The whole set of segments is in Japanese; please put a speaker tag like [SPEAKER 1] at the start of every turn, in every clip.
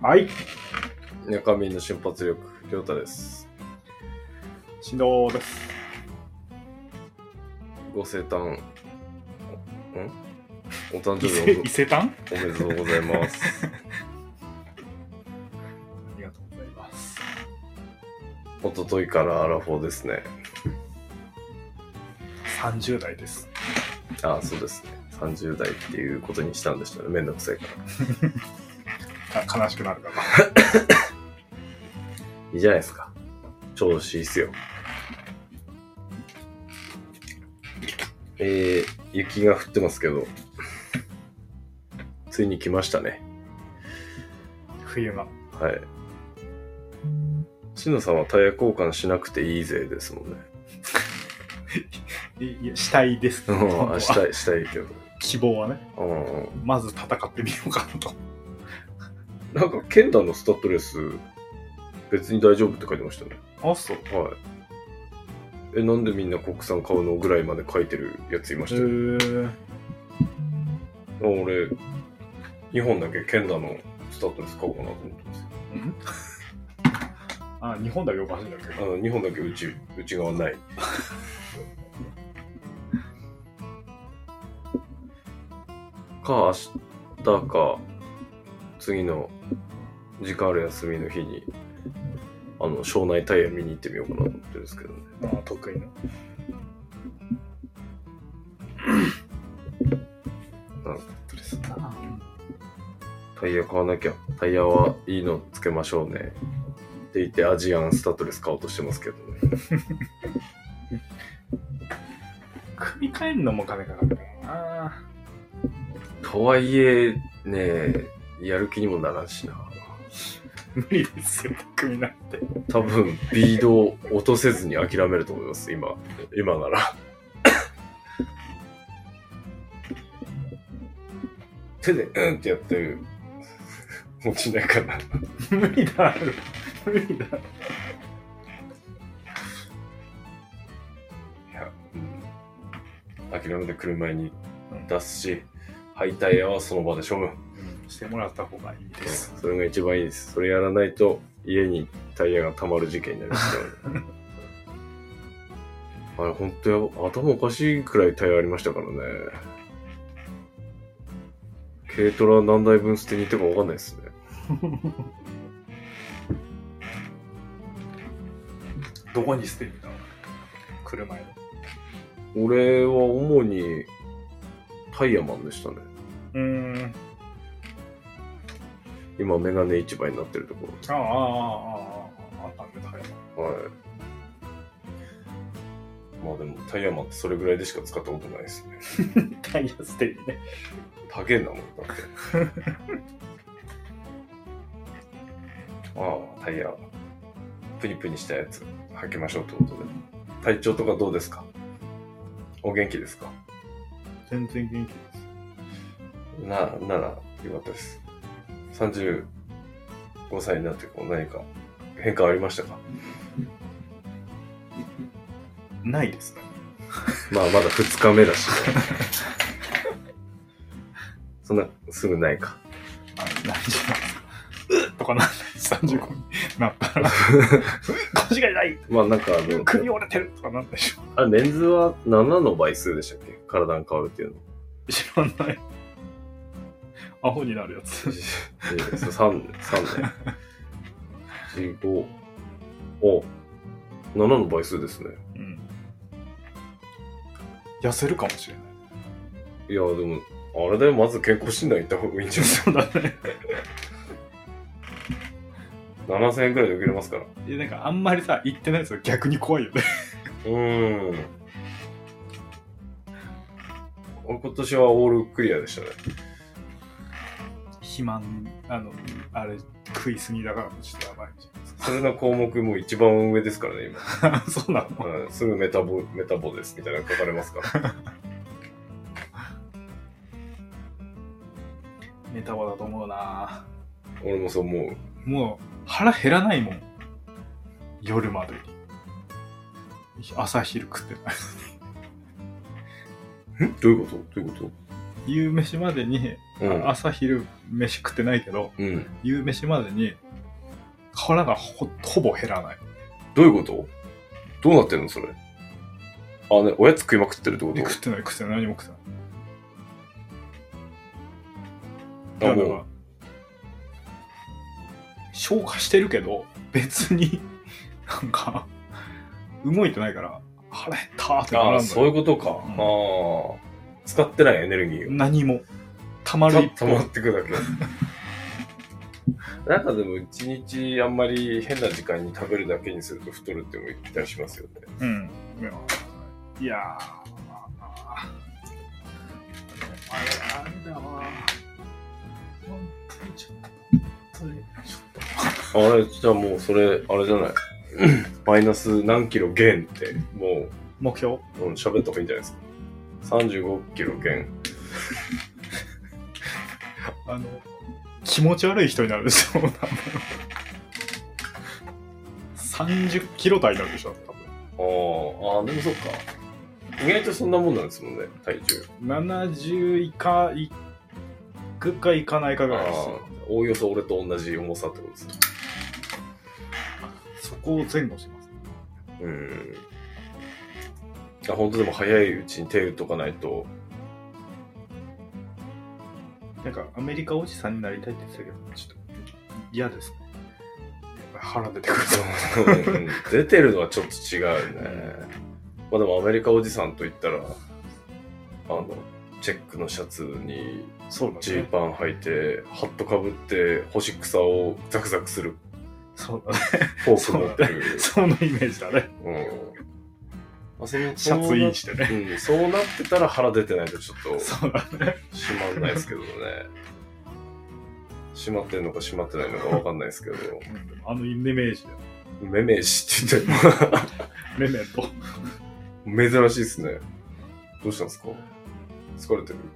[SPEAKER 1] はい、
[SPEAKER 2] 中身の瞬発力、りょうたです。
[SPEAKER 1] 振動です。
[SPEAKER 2] ご生誕、んお誕
[SPEAKER 1] 伊
[SPEAKER 2] 生
[SPEAKER 1] 勢
[SPEAKER 2] 日
[SPEAKER 1] 伊勢丹
[SPEAKER 2] おめでとうございます。
[SPEAKER 1] ありがとうございます。
[SPEAKER 2] おとといからアラフォーですね。
[SPEAKER 1] 30代です。
[SPEAKER 2] ああ、そうですね。30代っていうことにしたんでしたね。めんどくさいから。
[SPEAKER 1] か悲しくなるから。
[SPEAKER 2] いいじゃないですか。調子いいっすよ。えー、雪が降ってますけど、ついに来ましたね。
[SPEAKER 1] 冬が。
[SPEAKER 2] はい。しのさんはタイヤ交換しなくていいぜですもんね。
[SPEAKER 1] いいやしたいです。
[SPEAKER 2] う
[SPEAKER 1] 本当
[SPEAKER 2] ん、
[SPEAKER 1] は
[SPEAKER 2] あしたい、したいけど。
[SPEAKER 1] 希望はね。
[SPEAKER 2] うんうん。
[SPEAKER 1] まず戦ってみようかなと。
[SPEAKER 2] なんか、ケンダのスタッドレス、別に大丈夫って書いてましたね。
[SPEAKER 1] あ、そう。
[SPEAKER 2] はい。え、なんでみんな国産買うのぐらいまで書いてるやついま
[SPEAKER 1] へ
[SPEAKER 2] したよ、
[SPEAKER 1] ー
[SPEAKER 2] 俺、2本だけケンダのスタッドレス買おうかなと思ってますよ。
[SPEAKER 1] あ、日本だけおかしいんだけ
[SPEAKER 2] あ
[SPEAKER 1] ど。
[SPEAKER 2] の、2本だけうち、内側ない。 か、明日か、次の時間ある休みの日に、あの、庄内タイヤ見に行ってみようかなと思ってるんですけどね。
[SPEAKER 1] あ得意な。
[SPEAKER 2] なんか
[SPEAKER 1] ドレスだな。
[SPEAKER 2] タイヤ買わなきゃ、タイヤはいいのつけましょうね。って言ってアジアンスタッドレス買おうとしてますけどね。
[SPEAKER 1] 組み替えるのも金かかるからな。
[SPEAKER 2] とはいえ、ねやる気にもならんしな。
[SPEAKER 1] 無理ですよ、組みなんて。
[SPEAKER 2] 多分、ビードを落とせずに諦めると思います、今。今なら。 手で、うんってやってる。落ちないかな。
[SPEAKER 1] 無理だ。無理だ。
[SPEAKER 2] いや、うん、諦めて車に出すし、敗退屋はその場で処分。
[SPEAKER 1] してもらった方がいいです。
[SPEAKER 2] それが一番いいです。それやらないと家にタイヤが溜まる事件になりますからね。あれ、本当や、頭おかしいくらいタイヤありましたからね。軽トラ何台分捨てに行ったかわかんないですね。
[SPEAKER 1] どこに捨てるんだろう車への。
[SPEAKER 2] 俺は主にタイヤマンでしたね。
[SPEAKER 1] うーん。
[SPEAKER 2] 今、メガネ市場になってるとこ
[SPEAKER 1] ああ、ああ、ああ、あったんだ、高山。
[SPEAKER 2] ろ。はい。まあでも、タイヤマンってそれぐらいでしか使ったことないですね。
[SPEAKER 1] タイヤ捨てにね。
[SPEAKER 2] 高えんだもん、だって。ああ、タイヤ、プニプニしたやつ、履きましょうってことで。体調とかどうですかお元気ですか
[SPEAKER 1] 全然元気
[SPEAKER 2] な、なら、よかったです。35歳になって、こう、何か変化ありましたか
[SPEAKER 1] ないですね。
[SPEAKER 2] まあ、まだ2日目だ し、ね。そんな、すぐないか。
[SPEAKER 1] あないじゃないですか。うっとかなんない。35になったら。腰が痛い
[SPEAKER 2] まあ、なんか、あの、
[SPEAKER 1] 首折れてるとかなんでしょ。
[SPEAKER 2] あれ、レンズは7の倍数でしたっけ体が変わるっていうの。
[SPEAKER 1] 知らない。アホになるやつ。
[SPEAKER 2] 3年3年45お7の倍数ですね
[SPEAKER 1] うん。痩せるかもしれない。
[SPEAKER 2] いやでもあれだよまず健康診断行った方がいいんじゃない
[SPEAKER 1] そうだね。
[SPEAKER 2] 7000円くらいで受けれますから
[SPEAKER 1] いや、なんかあんまりさ、言ってないですよ。逆に怖いよね。
[SPEAKER 2] うーん俺今年はオールクリアでしたね
[SPEAKER 1] 肥満、あの、あれ、食いすぎだから、ちょっとやばいじ
[SPEAKER 2] それの項目も一番上ですからね今
[SPEAKER 1] ゃん。そうなの
[SPEAKER 2] うんすぐメタボ、メタボですみたいなの書かれますから。
[SPEAKER 1] ネタバだと思うな
[SPEAKER 2] 俺もそう思う。
[SPEAKER 1] もう腹減らないもん。夜まで。朝昼食ってない。
[SPEAKER 2] んどういうことどういうこ
[SPEAKER 1] 夕飯までに、
[SPEAKER 2] とうん。
[SPEAKER 1] 朝昼飯食ってないけど、
[SPEAKER 2] うん。
[SPEAKER 1] 夕飯までに腹がほほぼ減らない。
[SPEAKER 2] どういうことどうなってんのそれ。あ、ね、おやつ食いまくってるってこ
[SPEAKER 1] で食っ
[SPEAKER 2] と
[SPEAKER 1] てない食ってない何も食ってな
[SPEAKER 2] あ
[SPEAKER 1] い。だから
[SPEAKER 2] も、
[SPEAKER 1] 消化してるけど、別に、なんか、動いてないから、腹減ったーってな
[SPEAKER 2] う。
[SPEAKER 1] らんのよ
[SPEAKER 2] あそういうことか。
[SPEAKER 1] うん
[SPEAKER 2] ああ。使ってないエネルギーを。
[SPEAKER 1] 何も。たまる一
[SPEAKER 2] た溜まってくだけ なんかでも一日あんまり変な時間に食べるだけにすると太るっても言ったりしますよね
[SPEAKER 1] うん。いやー、まあまあ。あれなんだわ。本当にちょっと、ちょっと。
[SPEAKER 2] あれじゃあもうそれあれじゃない マイナス何キロ減っても
[SPEAKER 1] 目標
[SPEAKER 2] ううん喋った方がいいんじゃないですか35キロ減
[SPEAKER 1] あの、気持ち悪い人になるでしょ、多 分。30キロ台になるでしょ、多分。
[SPEAKER 2] あーあーでもそっか意外とそんなもんなんですもんね体重
[SPEAKER 1] 70以下、いくかいかないか
[SPEAKER 2] あ
[SPEAKER 1] ぐらいです
[SPEAKER 2] ーおおよそ俺と同じ重さってことですね
[SPEAKER 1] そこを前後します。
[SPEAKER 2] うん。あ本当でも早いうちに手打っとかないと
[SPEAKER 1] なんか、アメリカおじさんになりたいって言ってたけど、ちょっと嫌ですね。やっぱり腹出てくると思う。
[SPEAKER 2] うん出てるのはちょっと違うね。まあでもアメリカおじさんと言ったら、あの、チェックのシャツに
[SPEAKER 1] そうだ
[SPEAKER 2] ジー
[SPEAKER 1] ね。
[SPEAKER 2] パン履いて、ハットかぶって、干し草をザクザクする
[SPEAKER 1] そうだね。
[SPEAKER 2] フォーク持ってる。
[SPEAKER 1] そのイメージだね。
[SPEAKER 2] うん。あそ の
[SPEAKER 1] シャツインしてね。
[SPEAKER 2] うん、そうなってたら腹出てないとちょっと
[SPEAKER 1] そうだね。
[SPEAKER 2] 閉まんないですけどね。閉まってんのか閉まってないのかわかんないですけど、
[SPEAKER 1] あのイメージだよ。
[SPEAKER 2] めめしって言っても
[SPEAKER 1] メメント。
[SPEAKER 2] 珍しいですね。どうしたんですか疲れてる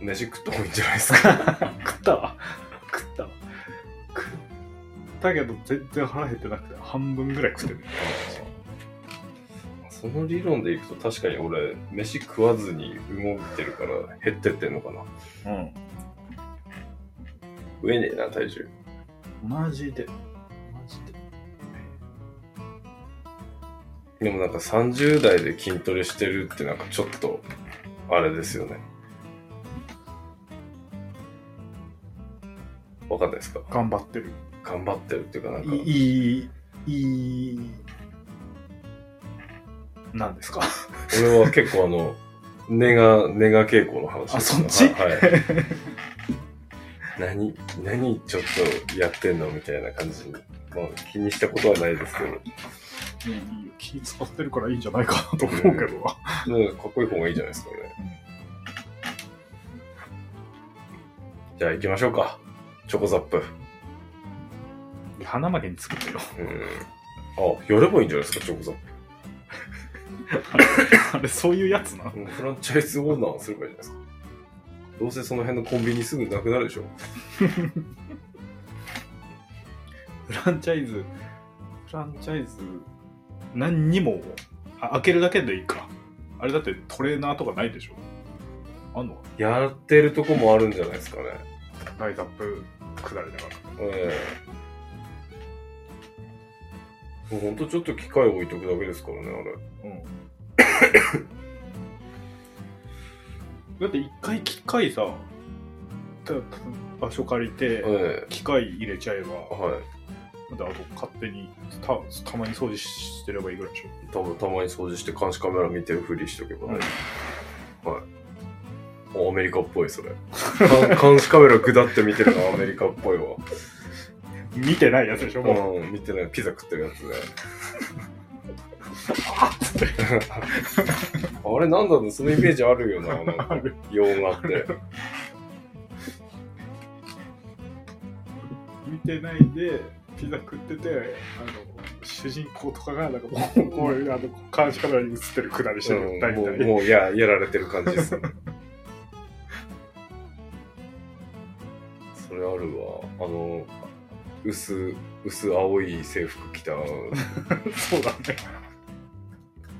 [SPEAKER 2] 飯食った方がいいんじゃないですか
[SPEAKER 1] 食ったわ食ったわ食ったけど全然腹減ってなくて半分ぐらい食ってる
[SPEAKER 2] その理論でいくと確かに俺、飯食わずに動いてるから減ってってんのかな
[SPEAKER 1] う
[SPEAKER 2] 増えねえな、体重。
[SPEAKER 1] んマジでマジで
[SPEAKER 2] でもなんか30代で筋トレしてるってなんかちょっと、あれですよね。わかんないですか
[SPEAKER 1] 頑張ってる
[SPEAKER 2] 頑張ってるっていうかなんか。
[SPEAKER 1] いいいいいなんですか
[SPEAKER 2] 俺は結構あの、ネガ、ネガ傾向の話です
[SPEAKER 1] あそっち
[SPEAKER 2] はい。はい 何、何ちょっとやってんのみたいな感じに。まあ気にしたことはないですけど。
[SPEAKER 1] いいいいよ気使ってるからいいんじゃないかなと思うけどな
[SPEAKER 2] なんかかっこいい方がいいじゃないですかね。じゃあ行きましょうか。チョコザップ。
[SPEAKER 1] 花巻に作ってよ
[SPEAKER 2] うん。あ、やればいいんじゃないですか、チョコザッ
[SPEAKER 1] あれそういうやつな
[SPEAKER 2] プ。うんフランチャイズオーナーをすればいいじゃないですか。どうせその辺のコンビニすぐなくなるでしょ。
[SPEAKER 1] フランチャイズフランチャイズ何にもあ開けるだけでいいかあれだってトレーナーとかないでしょあんの
[SPEAKER 2] やってるとこもあるんじゃないですかね。
[SPEAKER 1] ライトアップ下りだから
[SPEAKER 2] ええもうほんとちょっと機械置いとくだけですからね、あれ。
[SPEAKER 1] うん だって一回機械さた場所借りて
[SPEAKER 2] え
[SPEAKER 1] 機械入れちゃえ
[SPEAKER 2] え
[SPEAKER 1] ば
[SPEAKER 2] は
[SPEAKER 1] だってあと勝手にたたまに掃除してればいいぐらいでしょ
[SPEAKER 2] い。多分たまに掃除して監視カメラ見てるふりしとけばね。はい。あアメリカっぽい、それ。か監視カメラ下って見てるのはアメリカっぽいわ。
[SPEAKER 1] 見てないやつでしょもう、
[SPEAKER 2] うん、見てない。ピザ食ってるやつね。
[SPEAKER 1] あっつって
[SPEAKER 2] あれ、なんだろう、そのイメージあるよな、なん
[SPEAKER 1] あ
[SPEAKER 2] か
[SPEAKER 1] る
[SPEAKER 2] 洋画って。
[SPEAKER 1] 見てないでピザ食っててあの主人公とかがなんかもうこういうあの監視カメラに映ってるくだりしてるよ
[SPEAKER 2] うん
[SPEAKER 1] 大
[SPEAKER 2] もう、
[SPEAKER 1] 体
[SPEAKER 2] もうややられてる感じですね。それあるわ。あの、薄、薄青い制服着た
[SPEAKER 1] そうだね。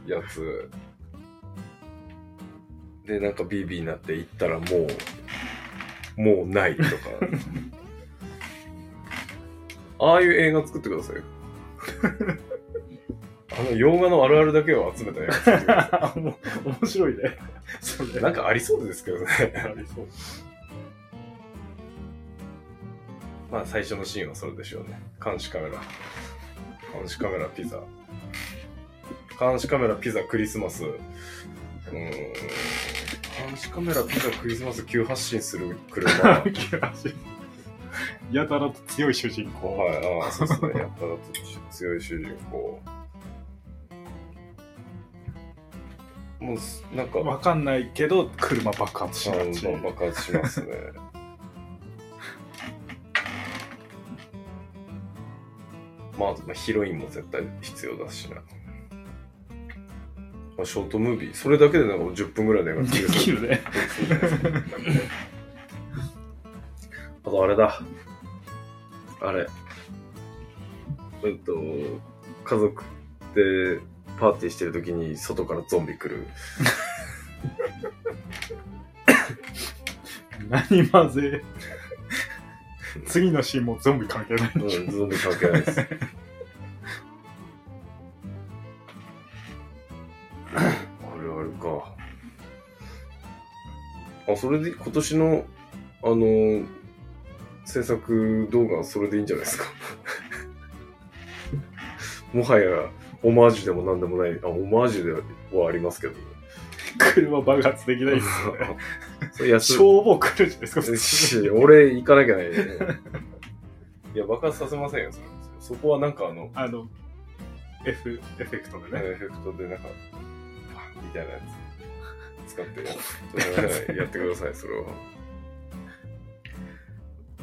[SPEAKER 2] やつ。で、なんか BB になって行ったらもう、もうないとか。ああいう映画作ってくださいよ。あの洋画のあるあるだけを集めた映画作ってくださ
[SPEAKER 1] お も面白いね。 それ
[SPEAKER 2] い。なんかありそうですけどね。
[SPEAKER 1] ありそう。
[SPEAKER 2] まあ最初のシーンはそれでしょうね。監視カメラ。監視カメラピザ。監視カメラピザクリスマス。うーん。監視カメラピザクリスマス急発進する車。はい、
[SPEAKER 1] やたらと強い主人公。
[SPEAKER 2] ああ、そうですね。やったら強い主人公。もうす、なんか、
[SPEAKER 1] わかんないけど、車爆発しがち。
[SPEAKER 2] あの爆発しま すね。まあ、まあヒロインも絶対必要だしな。まあ、ショートムービー、それだけでなんか10分ぐらいで
[SPEAKER 1] できるね。
[SPEAKER 2] あとあれだ。あれ。えっと、家族でパーティーしてるときに外からゾンビ来る。
[SPEAKER 1] 何混ぜ。 次のシーンもゾンビ関係ない。
[SPEAKER 2] うん、ゾンビ関係な いです。あるあるか。あ、それで今年の、あの、制作動画はそれでいいんじゃないですか。 もはや、オマージュでもなんでもない、あ、オマージュではありますけど。
[SPEAKER 1] 車爆発できないです。
[SPEAKER 2] それ安い
[SPEAKER 1] 消防来るじゃないですか、普通に
[SPEAKER 2] し俺行かなき ゃない、ね、いや爆発させませんよそれそこはなんかあの
[SPEAKER 1] あの、エフ、エフェクトでね。
[SPEAKER 2] エフェクトでなんかパンみたいなやつ使ってそれはやってくださいそれは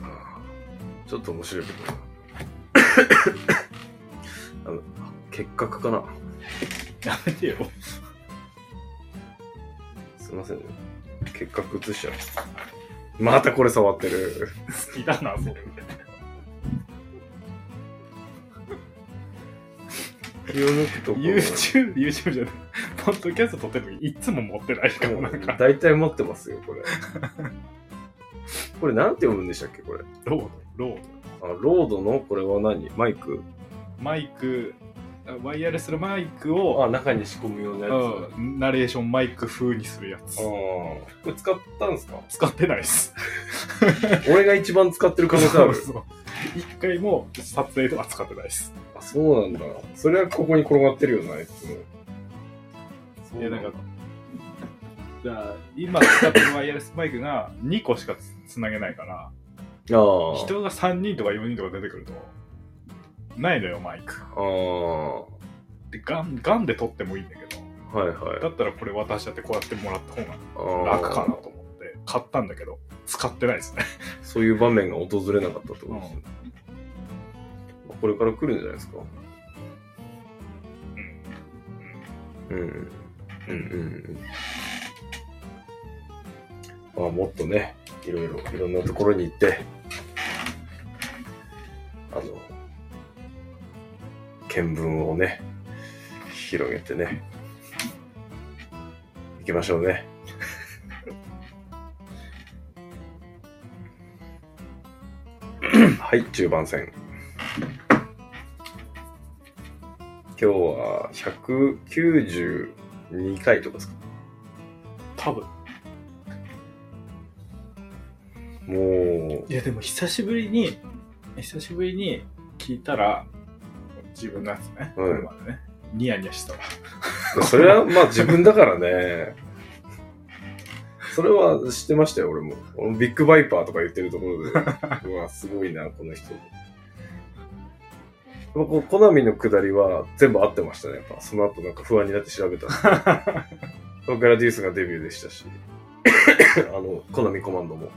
[SPEAKER 2] あーちょっと面白いけどなあの結核かな
[SPEAKER 1] やめてよ。
[SPEAKER 2] すいませんね結核移しちゃうまたこれ触ってる
[SPEAKER 1] 好きだな、それ。
[SPEAKER 2] 気を抜くとこ
[SPEAKER 1] YouTube、YouTube じゃない。ポッドキャスト撮ってる時いつも持ってないかも、なんか。
[SPEAKER 2] 大体持ってますよ、これ。これなんて読むんでしたっけ、これ。
[SPEAKER 1] ロード、ロード。
[SPEAKER 2] あ、ロードの、これは何マイク
[SPEAKER 1] マイク、あワイヤレスのマイク
[SPEAKER 2] あ、
[SPEAKER 1] を、
[SPEAKER 2] 中に仕込むようなやつ。
[SPEAKER 1] うんナレーションマイク風にするやつ
[SPEAKER 2] ああ。。これ使ったんですか
[SPEAKER 1] 使ってないです。
[SPEAKER 2] 俺が一番使ってる可能性ある。
[SPEAKER 1] そうそう一回も撮影では使ってないです。
[SPEAKER 2] あ、そうなんだ。それはここに転がってるよな、いつも。
[SPEAKER 1] いや、なんか、じゃあ、今使ってるワイヤレスマイクが2個しかつなげないから、
[SPEAKER 2] ああ。
[SPEAKER 1] 人が3人とか4人とか出てくると、ないのよ、マイク。
[SPEAKER 2] ああ。
[SPEAKER 1] で、ガン、ガンで撮ってもいいんだけど、
[SPEAKER 2] はいはい。
[SPEAKER 1] だったらこれ渡しちゃってこうやってもらった方
[SPEAKER 2] あー
[SPEAKER 1] が楽かなと思って買ったんだけど使ってないですね
[SPEAKER 2] そういう場面が訪れなかったってことですね。これから来るんじゃないですか。うん。うん。うんうんうん。まあ、もっとね、いろいろ、いろんなところに行って、あの、見聞をね、広げてね、行きましょうね。はい、中盤戦。今日は192回とかですか
[SPEAKER 1] 多分
[SPEAKER 2] も
[SPEAKER 1] いやでも久しぶりに久しぶりに聞いたら自分のやつね、
[SPEAKER 2] うん
[SPEAKER 1] これまでねニヤニヤしてたわ
[SPEAKER 2] う、それはまあ自分だからね。それは知ってましたよ、俺も。俺もビッグバイパーとか言ってるところで。うわ、すごいな、この人。やっぱこうコナミのくだりは全部合ってましたね。やっぱその後なんか不安になって調べたんですけど。グラディウスがデビューでした し、あの、コナミコマンドも。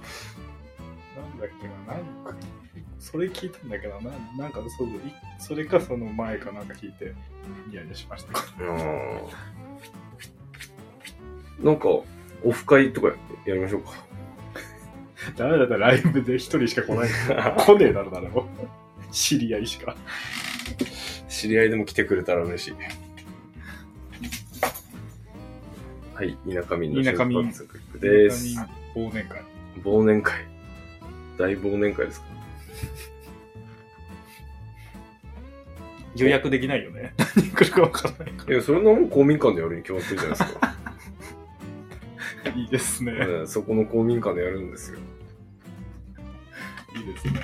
[SPEAKER 1] なんだっけななんかそれ聞いたんだけどななんかそういそれかその前かなんか聞いてニヤニヤしました
[SPEAKER 2] うんなんか、オフ会とかやりましょうか。
[SPEAKER 1] ダメだったらライブで一人しか来ない。来ねえだろ、誰も。知り合いしか。
[SPEAKER 2] 知り合いでも来てくれたら嬉しい。はい、田舎民の
[SPEAKER 1] 田舎民
[SPEAKER 2] 出発局です。
[SPEAKER 1] 忘年会。
[SPEAKER 2] 忘年会。大忘年会ですか
[SPEAKER 1] 予約できないよね。何来るか分からないか
[SPEAKER 2] いや、それのもん公民館でやるに決まってるじゃないですか。
[SPEAKER 1] ら。いいですね。
[SPEAKER 2] うんそこの公民館でやるんですよ。
[SPEAKER 1] いいですね。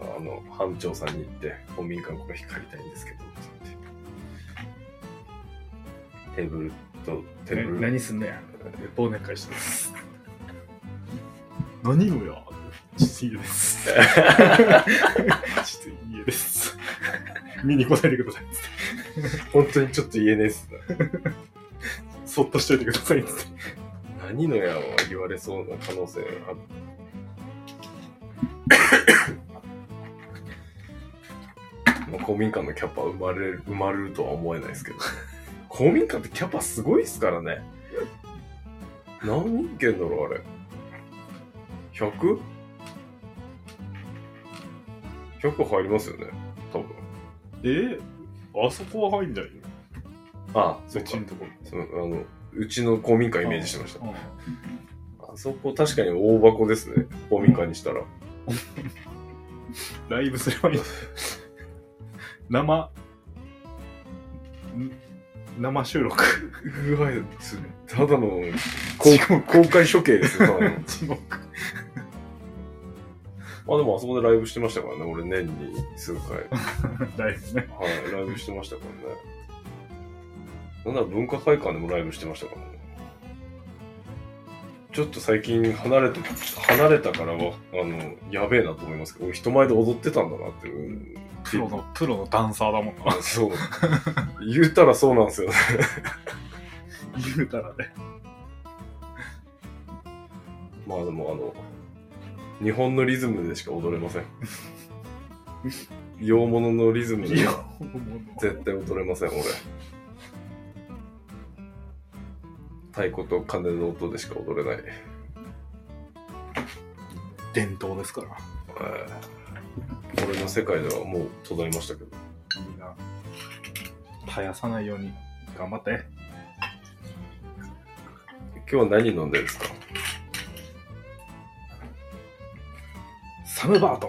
[SPEAKER 2] あの、班長さんに行って、公民館これ光りたいんですけど、って言ってテーブルと、テーブル、
[SPEAKER 1] 何すんねや。忘年会してます。何をやちょっと家です。ちょっと家です。見に来ないでくださいっつって。
[SPEAKER 2] 本当にちょっと言えねえっす な。
[SPEAKER 1] そっとしといてくださいっつって。
[SPEAKER 2] 何のやを言われそうな可能性あ る。まあ、公民館のキャパ生まれる、生まれるとは思えないですけど。公民館ってキャパすごいですからね。何人間だろう、あれ。100?100 入りますよね、多分。
[SPEAKER 1] えあそこは入んないよ。
[SPEAKER 2] ああ、そ
[SPEAKER 1] そ
[SPEAKER 2] っ
[SPEAKER 1] っ
[SPEAKER 2] ち
[SPEAKER 1] ちのところ。
[SPEAKER 2] そのあの、うちの公民館イメージしてました。
[SPEAKER 1] うん
[SPEAKER 2] あそこ確かに大箱ですね。公民館にしたら。
[SPEAKER 1] ライブすればいい。生、ん生収録。
[SPEAKER 2] うわ、ただの公公開処刑ですよ、ただの
[SPEAKER 1] 地獄
[SPEAKER 2] まあでもあそこでライブしてましたからね、俺年に数回。は
[SPEAKER 1] ライブね。
[SPEAKER 2] い、ライブしてましたからね。なんなら文化会館でもライブしてましたからね。ちょっと最近離れて、離れたからは、あの、やべえなと思いますけど、俺人前で踊ってたんだなっていう。
[SPEAKER 1] プロの、プロのダンサーだもんな。
[SPEAKER 2] そう。言うたらそうなんですよね。
[SPEAKER 1] 言うたらね。
[SPEAKER 2] まあでもあの、日本のリズムでしか踊れません。洋物のリズムで
[SPEAKER 1] いや、もう
[SPEAKER 2] 絶対踊れません、俺。太鼓と鐘の音でしか踊れない。
[SPEAKER 1] 伝統ですから。
[SPEAKER 2] はい俺の世界ではもう途絶えましたけど。
[SPEAKER 1] みんな、絶やさないように頑張って。
[SPEAKER 2] 今日は何飲んでるんですか
[SPEAKER 1] サムバート、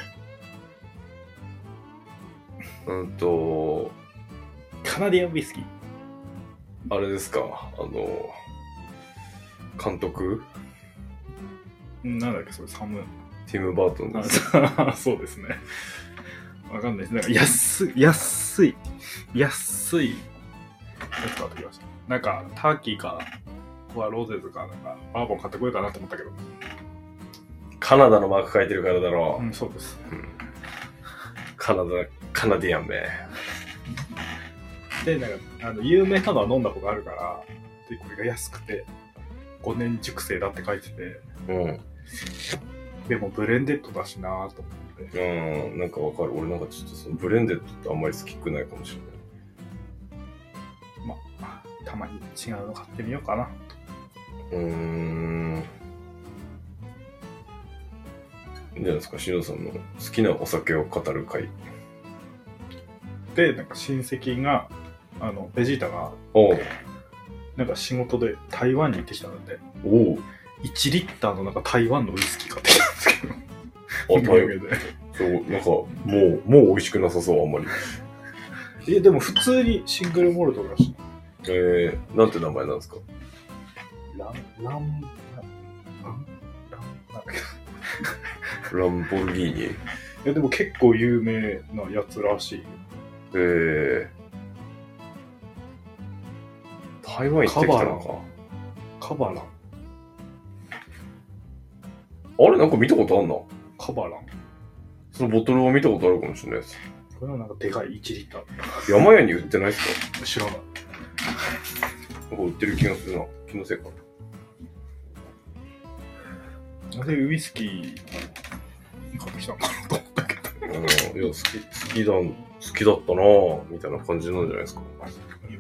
[SPEAKER 2] うんと、
[SPEAKER 1] カナディアンウイスキー。
[SPEAKER 2] あれですか、あの、監督
[SPEAKER 1] うんなんだっけ、それ、サム。
[SPEAKER 2] ティム・バートンです。
[SPEAKER 1] あ そうですね。わかんないです。なんか安い、安い、安い、やつ買ってきました。なんか、ターキーか、コアローゼズか、なんか、バーボン買ってこようかなと思ったけど。
[SPEAKER 2] カナダのマーク書いてるからだろう。
[SPEAKER 1] うん、そうです。
[SPEAKER 2] カナダ、カナディアンめ。
[SPEAKER 1] で、なんか、あの、有名なのは飲んだことあるから、で、これが安くて、5年熟成だって書いてて、
[SPEAKER 2] うん。
[SPEAKER 1] でもブレンデッドだしなぁと思って。
[SPEAKER 2] うん、なんかわかる。俺なんかちょっとそのブレンデッドってあんまり好きくないかもしれない。
[SPEAKER 1] まあ、たまに違うの買ってみようかな。
[SPEAKER 2] うーん。いいんじゃないですか、シロさんの好きなお酒を語る会。
[SPEAKER 1] で、なんか親戚が、あの、ベジータが、
[SPEAKER 2] おう
[SPEAKER 1] なんか仕事で台湾に行ってきたので、
[SPEAKER 2] おう
[SPEAKER 1] 1リッターのなんか台湾のウイスキー買ってきたんですけど、
[SPEAKER 2] あ、
[SPEAKER 1] お土
[SPEAKER 2] 大
[SPEAKER 1] 産で。
[SPEAKER 2] そう、なんか、もう、もう美味しくなさそう、あんまり。
[SPEAKER 1] いや、でも普通にシングルモルトだし、
[SPEAKER 2] えー、なんて名前なんですか
[SPEAKER 1] ラン、ラン、ラン、ラン、ランなんだっけ
[SPEAKER 2] ランボルギーニ。
[SPEAKER 1] いや、でも結構有名なやつらしい。
[SPEAKER 2] えー、台湾行ってきたの
[SPEAKER 1] カバカバ
[SPEAKER 2] か。
[SPEAKER 1] ラン、
[SPEAKER 2] あれなんか見たことあんな。
[SPEAKER 1] カバラン。
[SPEAKER 2] そのボトルを見たことあるかもしれないです。
[SPEAKER 1] これはなんかでかい1リッター。
[SPEAKER 2] 山屋に売ってないですか
[SPEAKER 1] 知らない。
[SPEAKER 2] なんか売ってる気がするな。気のせいか。
[SPEAKER 1] なぜウイスキー買ってきたのかなと思ったけど。
[SPEAKER 2] うん、いや、好き、好きだ、好きだったなぁ、みたいな感じなんじゃないですか。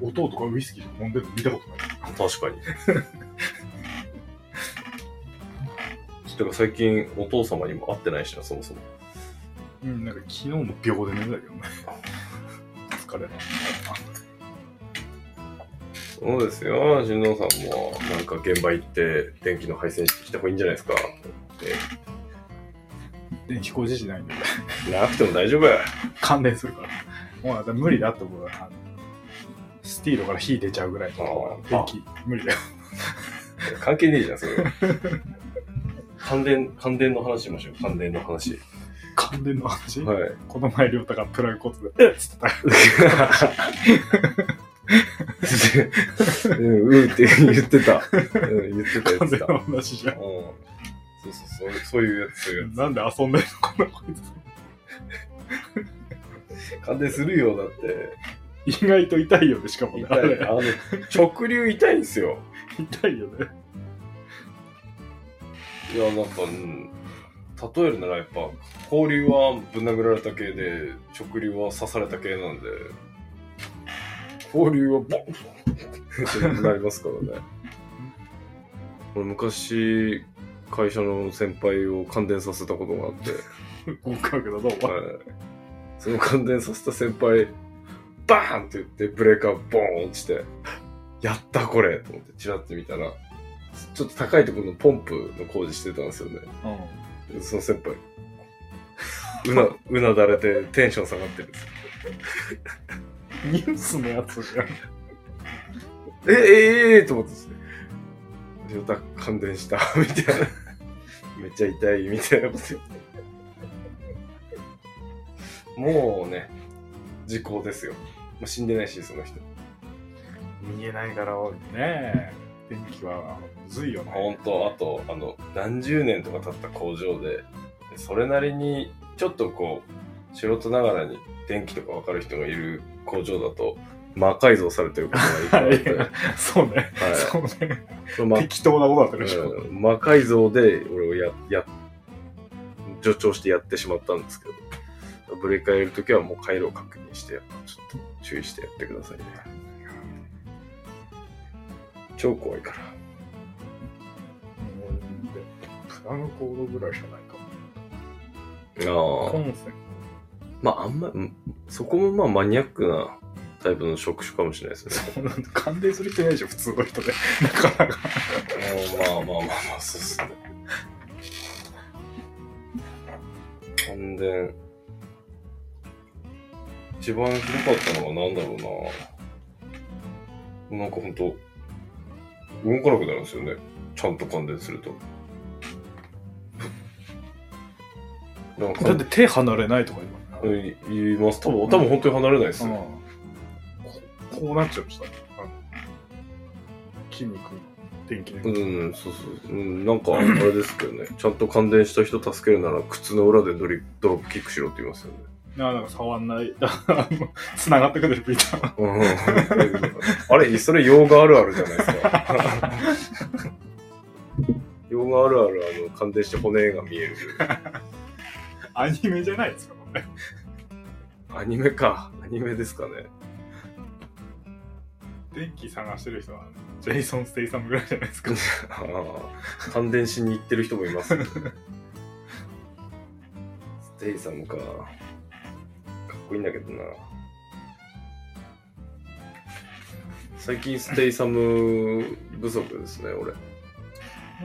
[SPEAKER 1] 弟がウイスキー飲ん でるの見たことない。
[SPEAKER 2] 確かに。てか最近お父様にも会ってないしな、そもそも。
[SPEAKER 1] うん、なんか昨日も秒で寝たけどね。 疲れた。
[SPEAKER 2] そうですよ、新郎さんも、なんか現場行って、電気の配線してきた方がいいんじゃないですか。
[SPEAKER 1] 電気工事しないんで、
[SPEAKER 2] なくても大丈夫や。
[SPEAKER 1] 感電するから。もうだって無理だって思う。あのスティールから火出ちゃうぐらいの
[SPEAKER 2] あ
[SPEAKER 1] 電
[SPEAKER 2] あ
[SPEAKER 1] 気、無理だよ。
[SPEAKER 2] 関係ねえじゃん、それ。関連、関連の話しましょう、関連の話。
[SPEAKER 1] 感電の話、
[SPEAKER 2] はい。
[SPEAKER 1] この前、りょうたがプラグコツで、つってた。
[SPEAKER 2] うん、うんって言ってた。うん、言ってたや
[SPEAKER 1] 感
[SPEAKER 2] つ
[SPEAKER 1] 電
[SPEAKER 2] だ。
[SPEAKER 1] の話じゃん
[SPEAKER 2] うん。そうそうそう、そういうやつ、そういうや
[SPEAKER 1] なんで遊んでるのこんなこいつ。
[SPEAKER 2] つ。感電するよ、だって。
[SPEAKER 1] 意外と痛いよね、しかもね。あ
[SPEAKER 2] 痛い。あ
[SPEAKER 1] れ
[SPEAKER 2] の、直流痛いんですよ。
[SPEAKER 1] 痛いよね。
[SPEAKER 2] いや、なんか、うん、例えるならやっぱ、交流はぶん殴られた系で、直流は刺された系なんで、交流はボン ってなりますからね。俺昔、会社の先輩を感電させたことがあって、
[SPEAKER 1] 合格だぞ、お前。
[SPEAKER 2] はいその感電させた先輩、バーンって言って、ブレーカーボーン落ちて、やったこれと思って、チラって見たら、ちょっと高いところのポンプの工事してたんですよね。その先輩、うな、うなだれてテンション下がってるんですよ。
[SPEAKER 1] うんニュースのやつじゃん。
[SPEAKER 2] え、えええと思ってですね。ヨタ感電した、みたいな。めっちゃ痛い、みたいなこと言って。もうね、時効ですよ。もう死んでないし、その人。
[SPEAKER 1] 見えないから、ねえ。電気は、むずいよね。
[SPEAKER 2] ほんと、あと、あの、何十年とか経った工場で、それなりに、ちょっとこう、素人ながらに電気とかわかる人がいる工場だと、魔改造されてることがいっぱいあって。
[SPEAKER 1] そうね。
[SPEAKER 2] はい
[SPEAKER 1] そうね。
[SPEAKER 2] その魔
[SPEAKER 1] 適当なことだったでしょ。
[SPEAKER 2] うん魔改造で俺をや、や、助長してやってしまったんですけど、ブレーカーやるときはもう回路を確認して、ちょっと注意してやってくださいね。超怖いから。
[SPEAKER 1] もうでプラグコードぐらいしかないかも。コ
[SPEAKER 2] ああ。
[SPEAKER 1] ンセン
[SPEAKER 2] まああんま、うんそこもまあマニアックなタイプの職種かもしれないです
[SPEAKER 1] ト。
[SPEAKER 2] ね。
[SPEAKER 1] なんか感電する人いないでしょ、普通の人 で。なかなか。
[SPEAKER 2] まあまあまあまあ、そうっすね。感電。一番ひどかったのは何だろうな。なんかほんと、動かなくなるんですよね。ちゃんと感電すると。なんか、
[SPEAKER 1] て手離れないとか
[SPEAKER 2] う
[SPEAKER 1] 言
[SPEAKER 2] ん言います。多分、多分本当に離れないです
[SPEAKER 1] う
[SPEAKER 2] よ。
[SPEAKER 1] ん。ここうなっちゃうした。あの筋肉、電気
[SPEAKER 2] う
[SPEAKER 1] で。
[SPEAKER 2] ん、そうそう。うん、なんか、あれですけどね。ちゃんと感電した人助けるなら、靴の裏でドリドロップキックしろって言いますよね。
[SPEAKER 1] ななんか触んない。 あの繋がってくるピーター。
[SPEAKER 2] うんあれ、それ、洋画あるあるじゃないですか。 洋画あるある、あの、感電して骨が見える。
[SPEAKER 1] アニメじゃないですか、これ。
[SPEAKER 2] アニメか。アニメですかね。
[SPEAKER 1] 電気探してる人は、ジェイソン・ステイサムぐらいじゃないですか。
[SPEAKER 2] ああ、 感電しに行ってる人もいますね、ステイさんか。かっこいいんだけどな。最近ステイサム不足ですね、俺。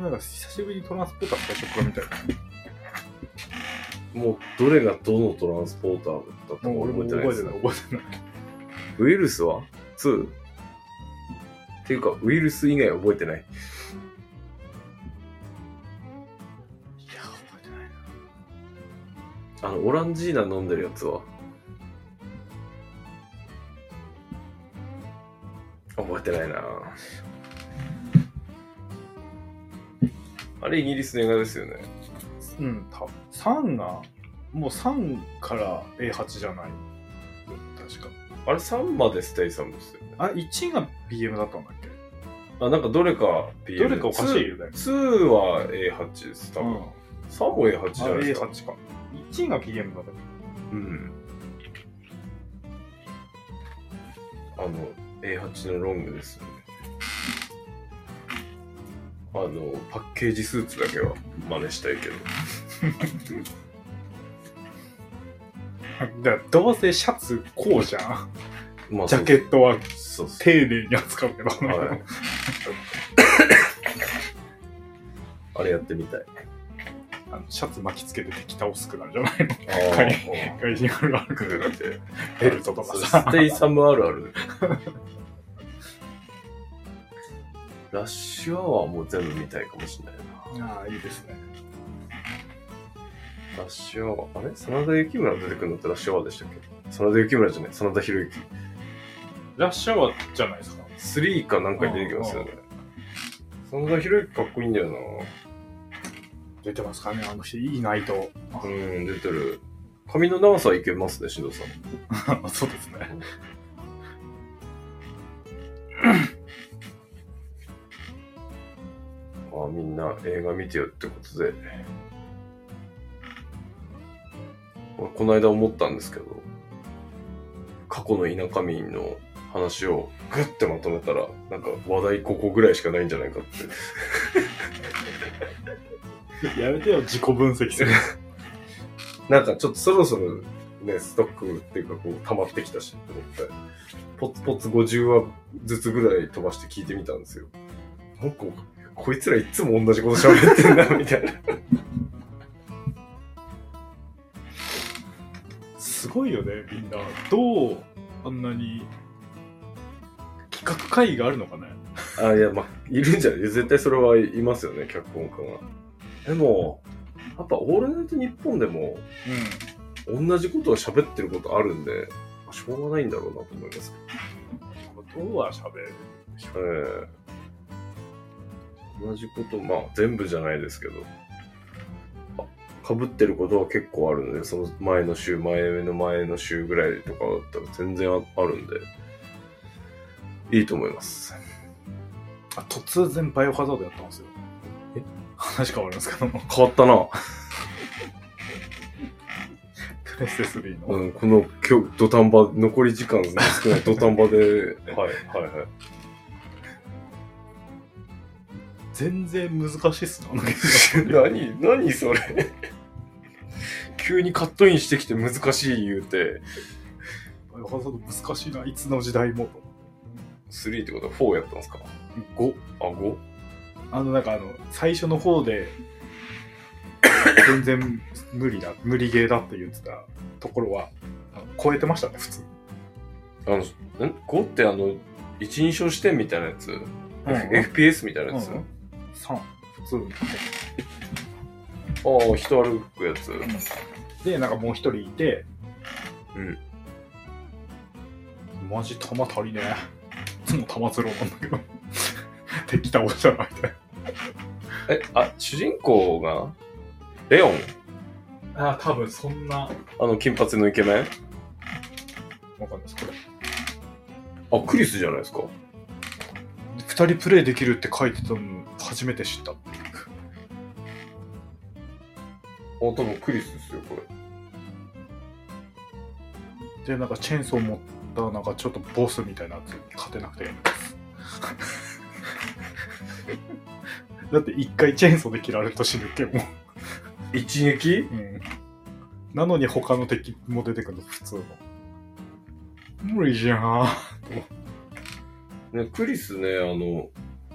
[SPEAKER 1] なんか久しぶりにトランスポーター最初からみたいな。
[SPEAKER 2] もう、どれがどのトランスポーターだったか
[SPEAKER 1] もう
[SPEAKER 2] 俺
[SPEAKER 1] 俺も
[SPEAKER 2] も覚え
[SPEAKER 1] 覚
[SPEAKER 2] てないで
[SPEAKER 1] え
[SPEAKER 2] す
[SPEAKER 1] て
[SPEAKER 2] ね
[SPEAKER 1] ない、。覚えてない。
[SPEAKER 2] ウイルスは ?2? っていうか、ウイルス以外覚えてない。
[SPEAKER 1] いや、覚えてないな。
[SPEAKER 2] あの、オランジーナ飲んでるやつは覚えてないなあれ、イギリスの映画ですよね。
[SPEAKER 1] うん、多分3が、もう3から A8 じゃない。確か。
[SPEAKER 2] あれ、3までステイサムですよね。
[SPEAKER 1] あ、1が BM だったんだっけ
[SPEAKER 2] あ、なんかどれか BM
[SPEAKER 1] どれかおかしいよね。
[SPEAKER 2] 2は A8 です、多
[SPEAKER 1] うん。
[SPEAKER 2] 分。
[SPEAKER 1] あ、
[SPEAKER 2] 3も A8 じゃないですか。
[SPEAKER 1] A8 か。1が BM だったっ
[SPEAKER 2] うん。あの、A8 のロングですよね。あの、パッケージスーツだけは真似したいけど。
[SPEAKER 1] だからどうせシャツこうじゃん。
[SPEAKER 2] まあ、
[SPEAKER 1] ジャケットは
[SPEAKER 2] そうそう
[SPEAKER 1] 丁寧に扱うけど。
[SPEAKER 2] はい あれやってみたい。
[SPEAKER 1] あのシャツ巻きつけて敵倒すくなるじゃないの
[SPEAKER 2] あ
[SPEAKER 1] は
[SPEAKER 2] あ。
[SPEAKER 1] 外人あるある
[SPEAKER 2] く
[SPEAKER 1] くな
[SPEAKER 2] る
[SPEAKER 1] る
[SPEAKER 2] っ。て。
[SPEAKER 1] ベルトとか
[SPEAKER 2] それ
[SPEAKER 1] さ。
[SPEAKER 2] ステイサムあるある。 ラッシュアワーも全部見たいかもしれないな。
[SPEAKER 1] ああ、いいですね。
[SPEAKER 2] ラッシュアワー、あれ真田幸村出てくるのってラッシュアワーでしたっけ真田幸村じゃない、真田広之。
[SPEAKER 1] ラッシュアワーじゃないですか。
[SPEAKER 2] 3かなんかに出てきますよね。真田広之かっこいいんだよな。
[SPEAKER 1] 出てますかね、あの人。いいナイト。
[SPEAKER 2] うん、出てる。髪の長さいけますね、しどさん。
[SPEAKER 1] そうですね。
[SPEAKER 2] まあ、みんな映画見てよってことで。俺、この間思ったんですけど、過去の田舎民の話をグッてまとめたら、なんか話題ここぐらいしかないんじゃないかって。
[SPEAKER 1] やめてよ、自己分析する。
[SPEAKER 2] なんかちょっとそろそろね、ストックっていうかこう溜まってきたしと思って、ポツポツ50話ずつぐらい飛ばして聞いてみたんですよ。なんか、こいつらいつも同じこと喋ってんだ、みたいな。
[SPEAKER 1] すごいよね、みんな。どう、あんなに、企画会議があるのかね。
[SPEAKER 2] あ、いや、まあ、いるんじゃない絶対それはいますよね、脚本家が。でも、やっぱオールナイトニッポンでも同じことを喋ってることあるんで、しょうがないんだろうなと思います。
[SPEAKER 1] うん。どうは喋るでしょ
[SPEAKER 2] ええ同じこと、まあ、全部じゃないですけど、かぶってることは結構あるので、その前の週、前の前の週ぐらいとかだったら全然ああるんで、いいと思います。
[SPEAKER 1] あ突然バイオハザードやったんですよ。
[SPEAKER 2] え
[SPEAKER 1] 話変わりますけども。
[SPEAKER 2] 変わったな。
[SPEAKER 1] プレステ3の。
[SPEAKER 2] うん、この今日、土壇場、残り時間少ない土壇場で、 はい、はい、はい。
[SPEAKER 1] 全然難しいっすな、あのゲーム
[SPEAKER 2] 何何それ急にカットインしてきて難しい言うて
[SPEAKER 1] バイオハザード難しいな、いつの時代も。
[SPEAKER 2] 3ってことは4やったんですか
[SPEAKER 1] 5。
[SPEAKER 2] あ 5?
[SPEAKER 1] あの、なんかあの、最初の方で、全然無理だ、無理ゲーだって言ってたところは、あの超えてましたね、普通。
[SPEAKER 2] あのん5ってあの一人称視点みたいなやつ、
[SPEAKER 1] え
[SPEAKER 2] FPS みたいなやつ、
[SPEAKER 1] うん3、普通に。
[SPEAKER 2] ああ人歩くやつ
[SPEAKER 1] で、なんかもう一人いて、
[SPEAKER 2] うん。
[SPEAKER 1] マジ弾足りねえ。いつも弾ゼロなんだけど。敵倒したな、みたい
[SPEAKER 2] えあ主人公がレオン
[SPEAKER 1] な。あ、多分そんな。わ
[SPEAKER 2] あの金髪のイケメン
[SPEAKER 1] かんないです、これ。
[SPEAKER 2] あクリスじゃないですか
[SPEAKER 1] 二人プレイできるって書いてたの、初めて知った。
[SPEAKER 2] あ多分クリスですよこれ
[SPEAKER 1] で、なんかチェーンソー持った、なんかちょっとボスみたいなやつ、勝てなく てやめます。だって一回チェーンソーで切られると死ぬっけ、もう。
[SPEAKER 2] 一撃
[SPEAKER 1] うんなのに他の敵も出てくるの、普通の。無理じゃん。
[SPEAKER 2] ね、クリスね、あの、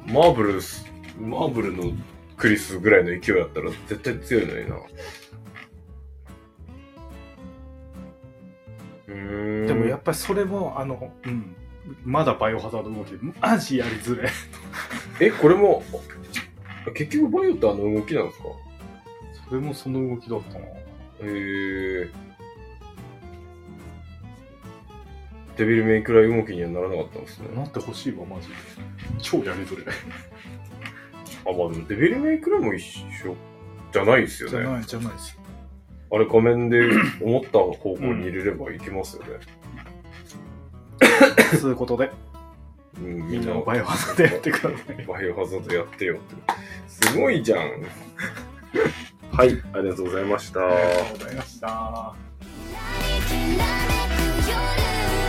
[SPEAKER 2] マーブルス、マーブルのクリスぐらいの勢いだったら絶対強いのにな。うーん。
[SPEAKER 1] でもやっぱりそれも、あの、うん。まだバイオハザード動き、マジやりづれ。
[SPEAKER 2] え、これも、結局バイオってあの動きなんですか
[SPEAKER 1] それもその動きだったな。
[SPEAKER 2] へー。デビルメイクライ動きにはならなかったんですね。
[SPEAKER 1] なってほしいわ、マジで。超やりづれ。
[SPEAKER 2] あ、まあでもデビルメイクライも一緒じゃないですよ
[SPEAKER 1] じゃ
[SPEAKER 2] ね。
[SPEAKER 1] ない、じゃないです。
[SPEAKER 2] あれ画面で思った方向に入れればいけますよね。
[SPEAKER 1] そういう ことで、
[SPEAKER 2] うん、
[SPEAKER 1] みんなもバイオハザードやってください。
[SPEAKER 2] バイオハザードやってよって。すごいじゃん。 はい、ありがとうございました。
[SPEAKER 1] ありがとうございました。
[SPEAKER 3] きらめく夜